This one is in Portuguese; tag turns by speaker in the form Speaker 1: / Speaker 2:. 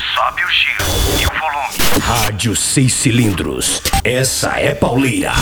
Speaker 1: X e o volume.
Speaker 2: Rádio Seis Cilindros. Essa é pauleira.